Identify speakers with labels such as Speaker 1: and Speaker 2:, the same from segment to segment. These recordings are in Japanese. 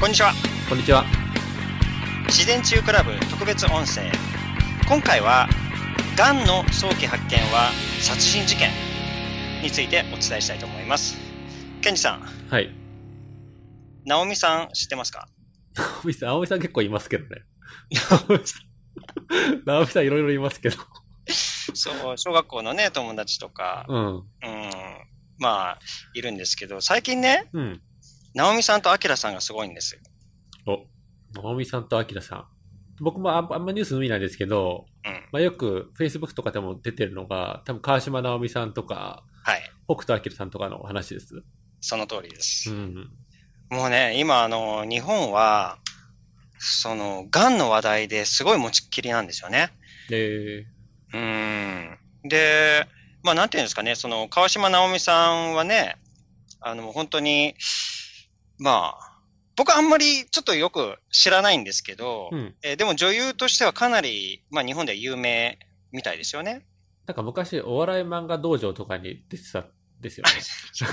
Speaker 1: こんにちは
Speaker 2: こんにちは。
Speaker 1: 自然治癒クラブ特別音声今回はがんの早期発見は殺人事件についてお伝えしたいと思いますケンジさん
Speaker 2: はい。
Speaker 1: 直美さん知ってますか
Speaker 2: 青井さん、青井さん結構いますけどね。 青井さんいろいろいますけど。
Speaker 1: そう小学校のね友達とか
Speaker 2: うん。
Speaker 1: うんまあいるんですけど最近ね
Speaker 2: うん。
Speaker 1: 直美さんとアキラさんがすごいんですよ
Speaker 2: お、青井さんと明さん。僕もあんあんまニュース見ないですけど、
Speaker 1: うん
Speaker 2: まあ、よく Facebook とかでも出てるのが、多分川島直美さんとか、
Speaker 1: はい
Speaker 2: 北斗晶さんとかの話です。
Speaker 1: その通りです、
Speaker 2: うん。
Speaker 1: もうね、今、あの、日本は、その、がんの話題ですごい持ちっきりなんですよね。
Speaker 2: で、
Speaker 1: うーん。で、まあ、なんていうんですかね、その、川島直美さんはね、あの、本当に、まあ、僕あんまりちょっとよく知らないんですけど、
Speaker 2: うん。
Speaker 1: えーでも女優としてはかなり、まあ、日本では有名みたいですよ ね。
Speaker 2: なんか昔、お笑い漫画道場とかに出てたんですよね。。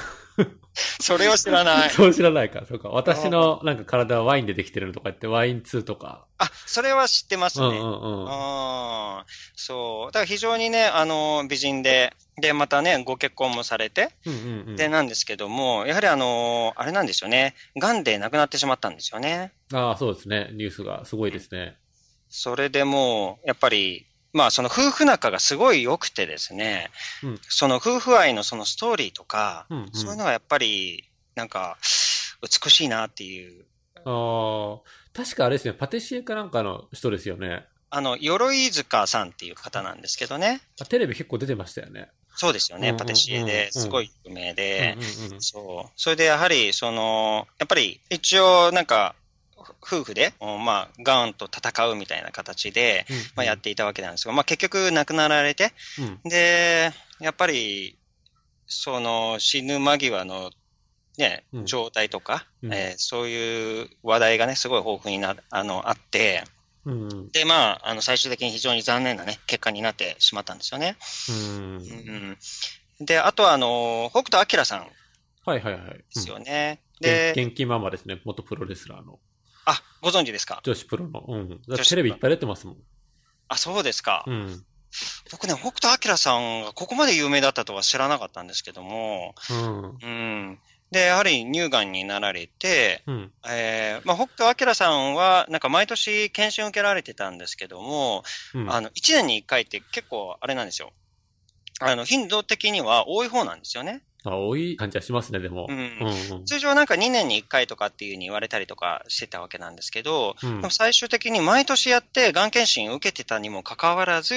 Speaker 1: それを知らない
Speaker 2: そう知らないか。そうか。私のなんか体はワインでできてるのとか言って、ワイン2とか。
Speaker 1: あ、それは知ってます
Speaker 2: う
Speaker 1: ね。
Speaker 2: んうんうん。
Speaker 1: ああ、そう。だから非常にね、あの、美人で、で、またね、ご結婚もされて、
Speaker 2: うんうんうん。
Speaker 1: で、なんですけども、やはりあの、あれなんですよね、癌で亡くなってしまったんですよね。
Speaker 2: ああ、そうですね。ニュースがすごいですね。
Speaker 1: それでもう、やっぱり、まあ、その夫婦仲がすごい良くてですね、
Speaker 2: うん
Speaker 1: その夫婦愛のそのストーリーとか、
Speaker 2: うん、うん。
Speaker 1: そういうのがやっぱり、なんか、美しいなっていう。
Speaker 2: ああ、確かあれですね。パティシエかなんかの人ですよね。
Speaker 1: あの、鎧塚さんっていう方なんですけどね。
Speaker 2: あテレビ結構出てましたよね。
Speaker 1: そうですよ
Speaker 2: うん
Speaker 1: ね。
Speaker 2: うん
Speaker 1: パティシエ
Speaker 2: うんうん
Speaker 1: で、すごい有名で。
Speaker 2: うんうんうん。
Speaker 1: そう。それでやはり、その、やっぱり一応なんか、ふ夫婦で、おまあ、がんと戦うみたいな形で、
Speaker 2: うん
Speaker 1: まあ、やっていたわけなんですが、まあ、結局亡くなられて、
Speaker 2: うん。
Speaker 1: で、やっぱり、その、死ぬ間際の、ね
Speaker 2: う、ん
Speaker 1: 状態とか、
Speaker 2: うん
Speaker 1: えーそういう話題がね、すごい豊富にな、あの、あって、
Speaker 2: うん。うん。
Speaker 1: で、まあ、あの、最終的に非常に残念なね、結果になってしまったんですよね。
Speaker 2: うん
Speaker 1: うん。で、あとは、あの、北斗晶さんで
Speaker 2: はいはいはい。
Speaker 1: すよね。で、
Speaker 2: で元気ママですね。元プロレスラーの。
Speaker 1: あ、ご存知ですか
Speaker 2: 女子プロの。うん。だから
Speaker 1: 女子プロ
Speaker 2: テレビいっぱい出てますもん。
Speaker 1: あ、そうですか。
Speaker 2: うん。
Speaker 1: 僕ね、北斗晶さんがここまで有名だったとは知らなかったんですけども、
Speaker 2: うん。
Speaker 1: うん。で、やはり乳がんになられて、
Speaker 2: うん。
Speaker 1: えー、まあ、北斗晶さんは、なんか毎年検診受けられてたんですけども、
Speaker 2: うん。
Speaker 1: あの、1年に1回って結構あれなんですよ。あの、頻度的には多い方なんですよね。
Speaker 2: あ、多い感じはしますね、でも。
Speaker 1: うん
Speaker 2: うん。
Speaker 1: 通常なんか2年に1回とかっていうふうに言われたりとかしてたわけなんですけど、
Speaker 2: うん
Speaker 1: でも。最終的に毎年やって、がん検診を受けてたにもかかわらず、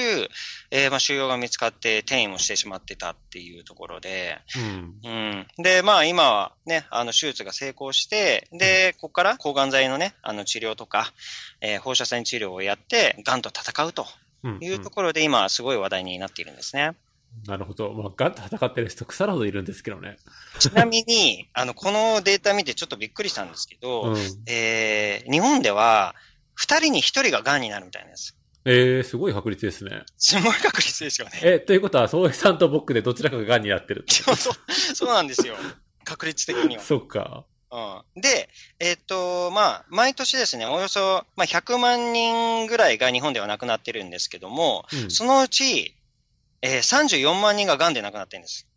Speaker 1: えーまあ、腫瘍が見つかって転移もしてしまってたっていうところで、
Speaker 2: うん。
Speaker 1: うん、で、まあ今はね、あの手術が成功して、で、ここから抗がん剤のね、あの治療とか、えー放射線治療をやって、がんと戦うと
Speaker 2: うん。
Speaker 1: いうところで今、すごい話題になっているんですね。
Speaker 2: なるほど。まあ、ガンと戦ってる人腐るほどいるんですけどね。
Speaker 1: ちなみに、あの、このデータ見てちょっとびっくりしたんですけど、
Speaker 2: うん。
Speaker 1: えー日本では、2人に1人ががんになるみたいなんです。
Speaker 2: ええー、すごい確率ですね。
Speaker 1: すごい確率ですよね。
Speaker 2: え、ということは、宗江さんと僕でどちらかが癌になって る。
Speaker 1: そうそう、そうなんですよ。確率的には。
Speaker 2: そっか。
Speaker 1: うん、で、えっ、と、まあ、毎年ですね、およそ、まあ、100万人ぐらいが日本では亡くなってるんですけども、
Speaker 2: うん
Speaker 1: そのうち、えー34万人が癌で亡くなってるんです。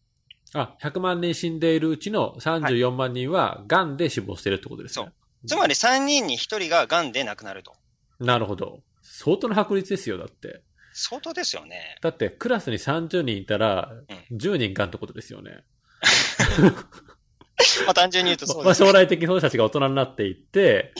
Speaker 2: あ、100万人死んでいるうちの34万人は、癌で死亡してるってことですね。
Speaker 1: つまり3人に1人が癌で亡くなると。
Speaker 2: なるほど。相当な確率ですよ、だって。
Speaker 1: 相当ですよね。
Speaker 2: だって、クラスに30人いたら、
Speaker 1: う
Speaker 2: 10人癌ってことですよね。
Speaker 1: まあ、単純に言うとそう
Speaker 2: ま
Speaker 1: で
Speaker 2: あ、
Speaker 1: す。
Speaker 2: 将来的にその人たちが大人になっていって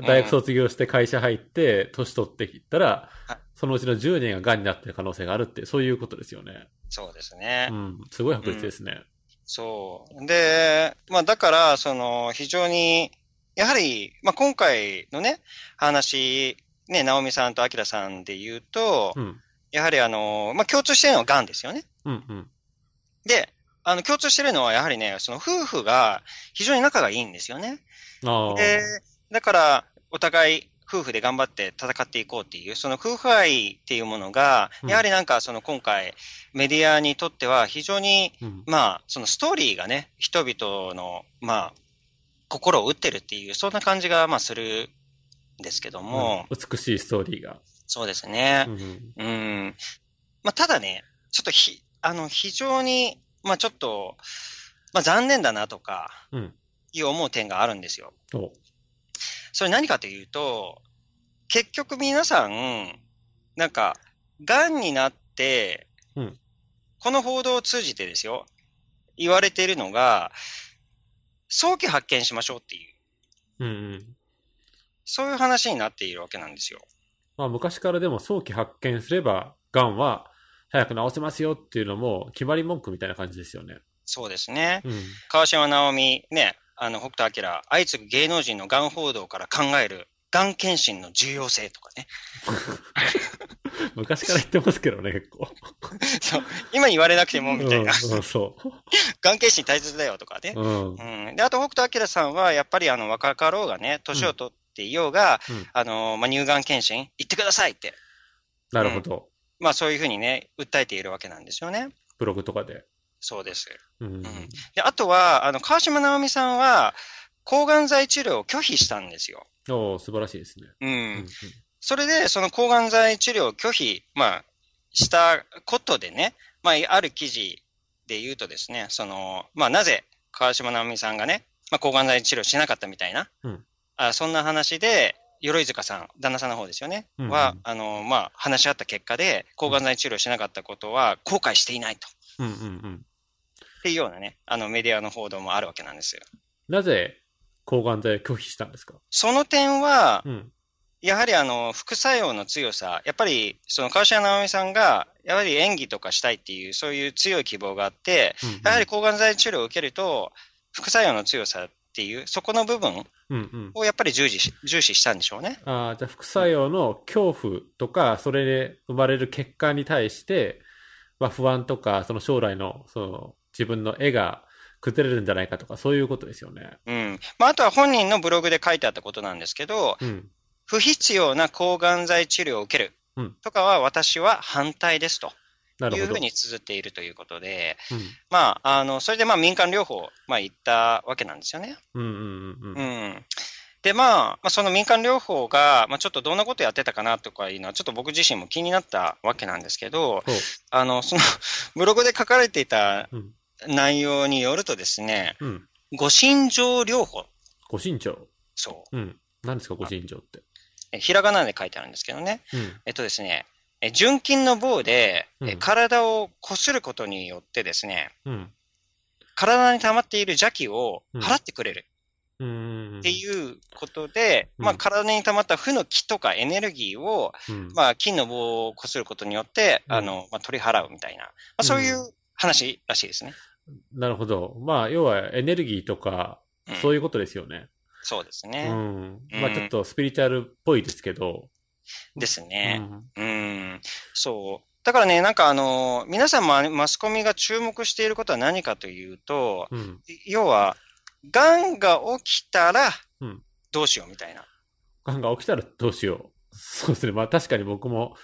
Speaker 1: ん、
Speaker 2: 大学卒業して会社入って、年取っていったら
Speaker 1: はい、
Speaker 2: そのうちの10人が癌になってる可能性があるって、そういうことですよね。
Speaker 1: そうですね。
Speaker 2: うん。すごい確率ですね。
Speaker 1: そう。で、まあ、だから、その、非常に、やはり、まあ、今回のね、話、ね、直美さんと明さんで言うと、
Speaker 2: うん。
Speaker 1: やはりあの、まあ、共通してるのは癌ですよね。
Speaker 2: うん、うん。
Speaker 1: で、あの、共通してるのはやはりね、その夫婦が非常に仲がいいんですよね。
Speaker 2: ああ。
Speaker 1: で、だから、お互い夫婦で頑張って戦っていこうっていう、その夫婦愛っていうものが、
Speaker 2: うん
Speaker 1: やはりなんかその今回、メディアにとっては非常に、
Speaker 2: うん。
Speaker 1: まあ、そのストーリーがね、人々の、まあ、心を打ってるっていう、そんな感じが、まあ、するんですけども、
Speaker 2: うん美しいストーリーが。
Speaker 1: そうですね
Speaker 2: う。ん
Speaker 1: うん。まあ、ただね、ちょっとひ、あの、非常に、まあ、ちょっと、まあ、残念だなとか、
Speaker 2: うん
Speaker 1: いう思う点があるんですよ。
Speaker 2: お
Speaker 1: それ何かというと、結局皆さん、なんか、癌になって、
Speaker 2: うん
Speaker 1: この報道を通じてですよ、言われているのが、早期発見しましょうっていう、
Speaker 2: うんうん
Speaker 1: そういう話になっているわけなんですよ。
Speaker 2: まあ、昔からでも早期発見すれば、がんは早く治せますよっていうのも決まり文句みたいな感じですよね。
Speaker 1: そうですね。
Speaker 2: うん。
Speaker 1: 川島直美、ね、あの、北斗晶、相次ぐ芸能人のがん報道から考える、がん検診の重要性とかね。
Speaker 2: 昔から言ってますけどね、結構。
Speaker 1: そう今言われなくても、みたいな。
Speaker 2: うん、うんそ
Speaker 1: がん検診大切だよとかね
Speaker 2: う。。うん。
Speaker 1: うん、であと、北斗晶さんは、やっぱりあの若かろうがね、年を取っていようが、
Speaker 2: うん
Speaker 1: あのまあ、乳がん検診、行ってくださいって、
Speaker 2: なるほど。
Speaker 1: まあ、そういうふうにね、訴えているわけなんですよね。
Speaker 2: ブログとかで。
Speaker 1: そうです。
Speaker 2: うん。
Speaker 1: であとは、あの川島直美さんは、抗がん剤治療を拒否したんですよ。
Speaker 2: おー素晴らしいですね。
Speaker 1: う
Speaker 2: うん
Speaker 1: ん、それで、その抗がん剤治療を拒否、まあ、したことでね、まあ、ある記事で言うとですね、そのまあ、なぜ川島直美さんがね、まあ、抗がん剤治療しなかったみたいな、
Speaker 2: うん
Speaker 1: あそんな話で、鎧塚さん、旦那さんの方ですよね、
Speaker 2: うんうん
Speaker 1: はあの、まあ、話し合った結果で、抗がん剤治療しなかったことは後悔していないと。
Speaker 2: うんうんうん。
Speaker 1: っていうようなね、あのメディアの報道もあるわけなんですよ。
Speaker 2: なぜ抗がん剤を拒否したんですか
Speaker 1: その点は、
Speaker 2: うん。
Speaker 1: やはりあの副作用の強さ、やっぱりその川島直美さんが、やはり演技とかしたいっていう、そういう強い希望があって、やはり抗がん剤治療を受けると、副作用の強さっていう、そこの部分
Speaker 2: うんうん。
Speaker 1: をやっぱり重視し重視したんでしょうね。
Speaker 2: ああ、じゃあ副作用の恐怖とか、それで生まれる結果に対して、まあ不安とか、その将来の、その自分の絵が崩れるんじゃないかとか、そういうことですよね。
Speaker 1: うんまあ、あとは本人のブログで書いてあったことなんですけど、
Speaker 2: うん。
Speaker 1: 不必要な抗がん剤治療を受ける
Speaker 2: うん
Speaker 1: とかは、私は反対ですと
Speaker 2: なる
Speaker 1: いう
Speaker 2: ほ
Speaker 1: ふ
Speaker 2: ど。
Speaker 1: うに綴っているということで、
Speaker 2: う
Speaker 1: まあ、あのそれでまあ民間療法、まあ、行ったわけなんですよね。
Speaker 2: ん。うんうんうんう。
Speaker 1: うんん。で、まあ、まあ、その民間療法が、まあ、ちょっとどんなことやってたかなとかいうのは、ちょっと僕自身も気になったわけなんですけど、
Speaker 2: そう。
Speaker 1: あの、 その、ブログで書かれていた
Speaker 2: うん
Speaker 1: 内容によるとですね、
Speaker 2: うん。
Speaker 1: ご心情療法。
Speaker 2: ご身長。
Speaker 1: そう。
Speaker 2: うん。何ですか、ご身長って。
Speaker 1: えひらがなで書いてあるんですけどね。
Speaker 2: うん。
Speaker 1: えっとですね、え純金の棒で、え
Speaker 2: うん
Speaker 1: 体をこすることによってですね、
Speaker 2: うん。
Speaker 1: 体に溜まっている邪気を
Speaker 2: うん
Speaker 1: 払ってくれる
Speaker 2: うんうんうん。
Speaker 1: っていうことで、
Speaker 2: うん
Speaker 1: まあ体に溜まった負の気とかエネルギーを
Speaker 2: うん。
Speaker 1: まあ、金の棒をこすることによって、
Speaker 2: うん
Speaker 1: あのまあ、取り払うみたいな、まあ、そういうう話らしいですね。
Speaker 2: なるほど。まあ、要はエネルギーとか、
Speaker 1: うん
Speaker 2: そういうことですよね。
Speaker 1: そうです
Speaker 2: う
Speaker 1: ね。
Speaker 2: ん。ま
Speaker 1: う
Speaker 2: あ、
Speaker 1: ん
Speaker 2: ちょっとスピリチュアルっぽいですけど。
Speaker 1: です
Speaker 2: う
Speaker 1: ね。
Speaker 2: ん
Speaker 1: うん、そう。だからね、なんかあの、皆さんもマスコミが注目していることは何かというと、
Speaker 2: うん。
Speaker 1: 要は、がんが起きたら
Speaker 2: うん、
Speaker 1: どうしようみたいな。
Speaker 2: がんが起きたらどうしよう。そうですね。まあ確かに 僕も、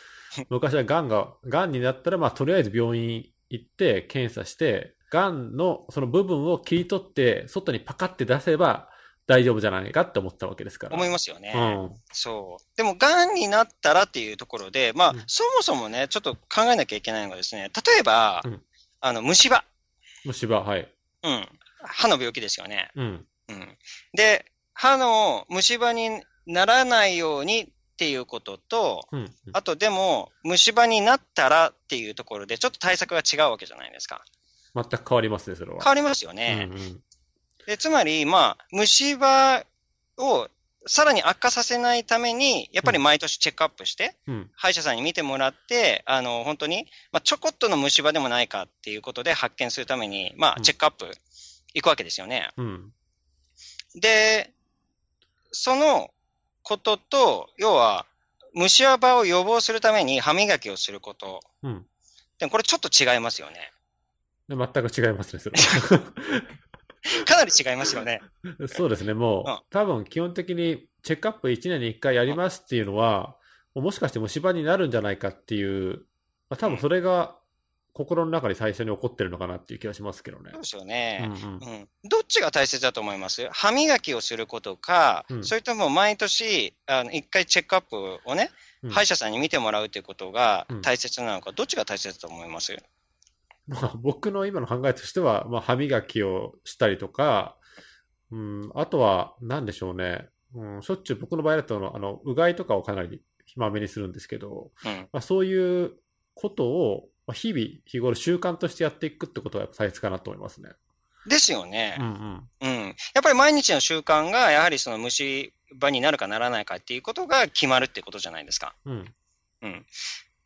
Speaker 2: 昔はがんが、がんになったら、まあとりあえず病院行って検査して、がんのその部分を切り取って、外にパカって出せば大丈夫じゃないかって思ったわけですから。
Speaker 1: 思い
Speaker 2: ま
Speaker 1: ますよね。
Speaker 2: うん。
Speaker 1: そう。でも、がんになったらっていうところで、まあ、
Speaker 2: うん
Speaker 1: そもそもね、ちょっと考えなきゃいけないのがですね、例えば、
Speaker 2: うん
Speaker 1: あの、虫歯。
Speaker 2: 虫歯、はい。
Speaker 1: うん。歯の病気ですよね。
Speaker 2: うん。
Speaker 1: うんで、歯の虫歯にならないようにっていうことと、
Speaker 2: うん。うん
Speaker 1: あとでも、虫歯になったらっていうところで、ちょっと対策が違うわけじゃないですか。
Speaker 2: 全く変わりますね、それは。
Speaker 1: 変わりますよね。
Speaker 2: うんうん。
Speaker 1: でつまり、まあ、虫歯をさらに悪化させないために、やっぱり毎年チェックアップして、
Speaker 2: うん。
Speaker 1: 歯医者さんに見てもらって、あの、本当に、まあ、ちょこっとの虫歯でもないかっていうことで発見するために、ま
Speaker 2: う
Speaker 1: あ、
Speaker 2: ん
Speaker 1: チェックアップ行くわけですよね。
Speaker 2: うん。
Speaker 1: で、そのことと、要は、虫歯を予防するために歯磨きをすること。
Speaker 2: うん。
Speaker 1: でもこれちょっと違いますよね。
Speaker 2: で全く違いますね、そ れは。
Speaker 1: かなり違いますよね。
Speaker 2: そうですね、も
Speaker 1: うん
Speaker 2: う、多分基本的にチェックアップ1年に1回やりますっていうのは、もうもしかして虫歯になるんじゃないかっていう、まあ、多分それが心の中に最初に起こってるのかなっていう気がしますけどね
Speaker 1: そう。ですよ
Speaker 2: う
Speaker 1: ね。
Speaker 2: んうん
Speaker 1: うんどっちが大切だと思います歯磨きをすることか、
Speaker 2: うん
Speaker 1: それとも毎年、あの、一回チェックアップをね、
Speaker 2: うん
Speaker 1: 歯医者さんに見てもらうということが大切なのか、どっちが大切だと思います
Speaker 2: まあ、僕の今の考えとしては、まあ、歯磨きをしたりとか、うん、あとは、なんでしょうね、うん、しょっちゅう僕の場合だと、あの、うがいとかをかなりまめにするんですけど、
Speaker 1: うん。
Speaker 2: まあ、そういうことを、まあ、日々、日頃習慣としてやっていくってことがやっぱ大切かなと思いますね。
Speaker 1: ですよね。
Speaker 2: うんうん。
Speaker 1: うん、やっぱり毎日の習慣が、やはりその虫歯になるかならないかっていうことが決まるってことじゃないですか。
Speaker 2: うん。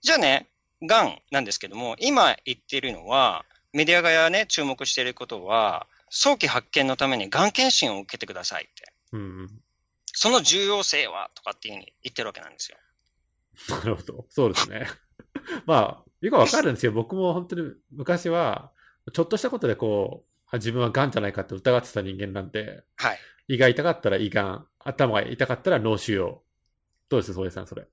Speaker 1: じゃあね、がんなんですけども、今言ってるのは、メディアがやね、注目していることは、早期発見のためにがん検診を受けてくださいって。
Speaker 2: うんうん。
Speaker 1: その重要性はとかっていうふうに言ってるわけなんです よ。
Speaker 2: なるほど。そうですね。 まあ、よくわかるんですよ。僕も本当に昔は、ちょっとしたことでこう、あ自分は癌じゃないかって疑ってた人間なんで、
Speaker 1: はい。
Speaker 2: 胃が痛かったら胃がん、頭が痛かったら脳腫瘍。どうです、宗江さん、それ。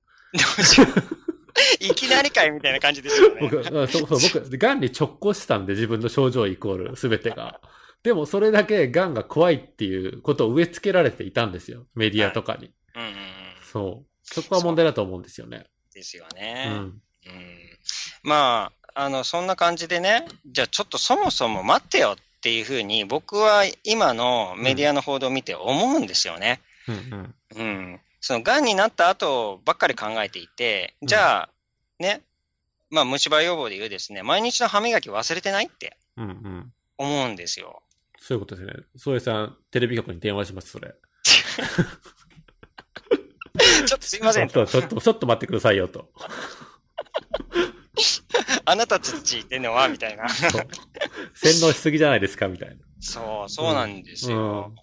Speaker 1: いきなりかいみたいな感じですよね
Speaker 2: 僕、。うんそうそう、僕、癌に直行してたんで、自分の症状イコール、すべてが。でも、それだけ癌が怖いっていうことを植え付けられていたんですよ。メディアとかに。
Speaker 1: うんうんうん。
Speaker 2: そう。そこは問題だと思うんですよね。
Speaker 1: ですよ
Speaker 2: う
Speaker 1: ね。
Speaker 2: ん。
Speaker 1: うんまあ、あの、そんな感じでね、じゃあちょっとそもそも待ってよっていうふうに、僕は今のメディアの報道を見て思うんですよね。
Speaker 2: うんうん。
Speaker 1: うん。その、癌になった後ばっかり考えていて、
Speaker 2: うん
Speaker 1: じゃあ、ね、まあ、虫歯予防で言うですね、毎日の歯磨き忘れてないって
Speaker 2: うんうん。
Speaker 1: 思うんです よ。
Speaker 2: そういうことですね。宗江さん、テレビ局に電話します、それ。
Speaker 1: ちょっとすいません
Speaker 2: ちょ
Speaker 1: と
Speaker 2: っ。と、ちょっとちょっと待ってください よ、と。
Speaker 1: あなたたち言ってんのは、みたいな。
Speaker 2: そう洗脳しすぎじゃないですか、みたいな。
Speaker 1: そう、そうなんです
Speaker 2: うんう
Speaker 1: よ
Speaker 2: ん。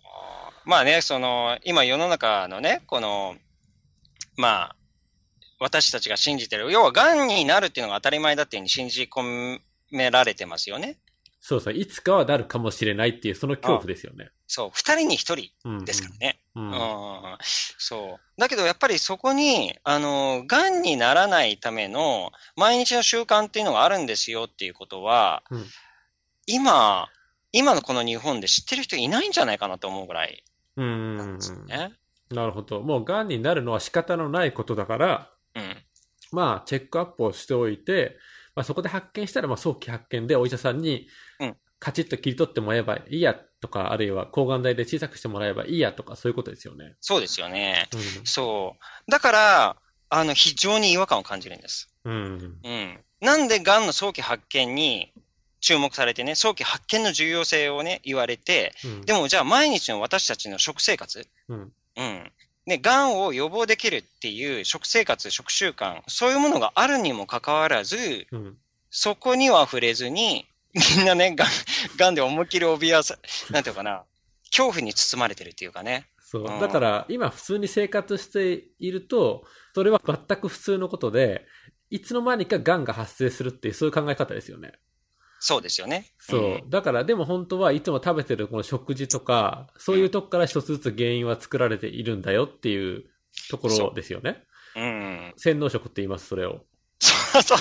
Speaker 1: まあね、その、今世の中のね、この、まあ、私たちが信じてる、要は、癌になるっていうのが当たり前だっていうふうに信じ込められてますよね。
Speaker 2: そうそう、いつかはなるかもしれないっていう、その恐怖ですよね。
Speaker 1: そう、二人に一人
Speaker 2: うんうん
Speaker 1: ですからね。
Speaker 2: うん
Speaker 1: うんそう。だけどやっぱりそこに、あの、癌にならないための毎日の習慣っていうのがあるんですよっていうことは、
Speaker 2: うん
Speaker 1: 今、今のこの日本で知ってる人いないんじゃないかなと思うぐらい
Speaker 2: うんうん
Speaker 1: な
Speaker 2: うんん
Speaker 1: ですよね。
Speaker 2: なるほど。もう、がんになるのは仕方のないことだから、
Speaker 1: うん。
Speaker 2: まあ、チェックアップをしておいて、まあ、そこで発見したら、まあ、早期発見でお医者さんに
Speaker 1: うん、
Speaker 2: カチッと切り取ってもらえばいいやとか、あるいは抗がん剤で小さくしてもらえばいいやとか、そういうことですよね。
Speaker 1: そうですよね。
Speaker 2: う
Speaker 1: そう。だから、あの、非常に違和感を感じるんです。
Speaker 2: ん。うん。
Speaker 1: うん。なんで癌の早期発見に注目されてね、早期発見の重要性をね、言われて、
Speaker 2: うん
Speaker 1: でもじゃあ毎日の私たちの食生活、
Speaker 2: うん
Speaker 1: うん。ね、がんを予防できるっていう食生活、食習慣、そういうものがあるにもかかわらず、
Speaker 2: うん。
Speaker 1: そこには触れずに、みんなね、がん、がんで思いっきり怯やさ、なんていうかな、恐怖に包まれてるっていうかね。
Speaker 2: そう。
Speaker 1: うん
Speaker 2: だから、今普通に生活していると、それは全く普通のことで、いつの間にか癌が発生するっていう、そういう考え方ですよね。
Speaker 1: そうですよね。
Speaker 2: そう。だから、でも本当はいつも食べてるこの食事とか、そういうとこから一つずつ原因は作られているんだよっていうところですよね。
Speaker 1: うん。うん。
Speaker 2: 洗脳食って言います、それを。
Speaker 1: そうそう。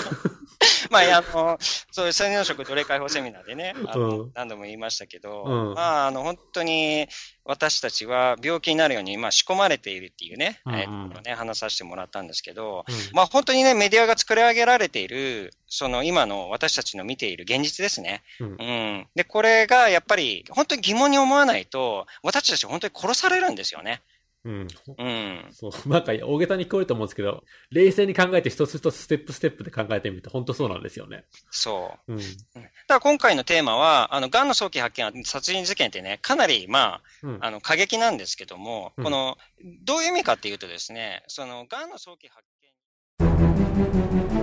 Speaker 1: まあ、あの、そういう専業職奴隷解放セミナーでね、あの
Speaker 2: うん
Speaker 1: 何度も言いましたけど、
Speaker 2: うん
Speaker 1: まあ、あの、本当に私たちは病気になるように、まあ、仕込まれているっていうね、
Speaker 2: うんうん
Speaker 1: えーところね、話させてもらったんですけど、
Speaker 2: うん
Speaker 1: まあ、本当にね、メディアが作り上げられている、その今の私たちの見ている現実ですね。
Speaker 2: う
Speaker 1: うんん。で、これがやっぱり、本当に疑問に思わないと、私たち本当に殺されるんですよね。
Speaker 2: うん。
Speaker 1: うん。
Speaker 2: そう。なんか大げさに聞こえると思うんですけど、冷静に考えて一つ一つステップステップで考えてみると、本当そうなんですよね。
Speaker 1: そう。
Speaker 2: うん。
Speaker 1: ただ今回のテーマは、あの、癌の早期発見は殺人事件ってね、かなり、ま
Speaker 2: うん
Speaker 1: あ、あの、過激なんですけども、
Speaker 2: うん
Speaker 1: この、どういう意味かっていうとですね、その、癌の早期発見。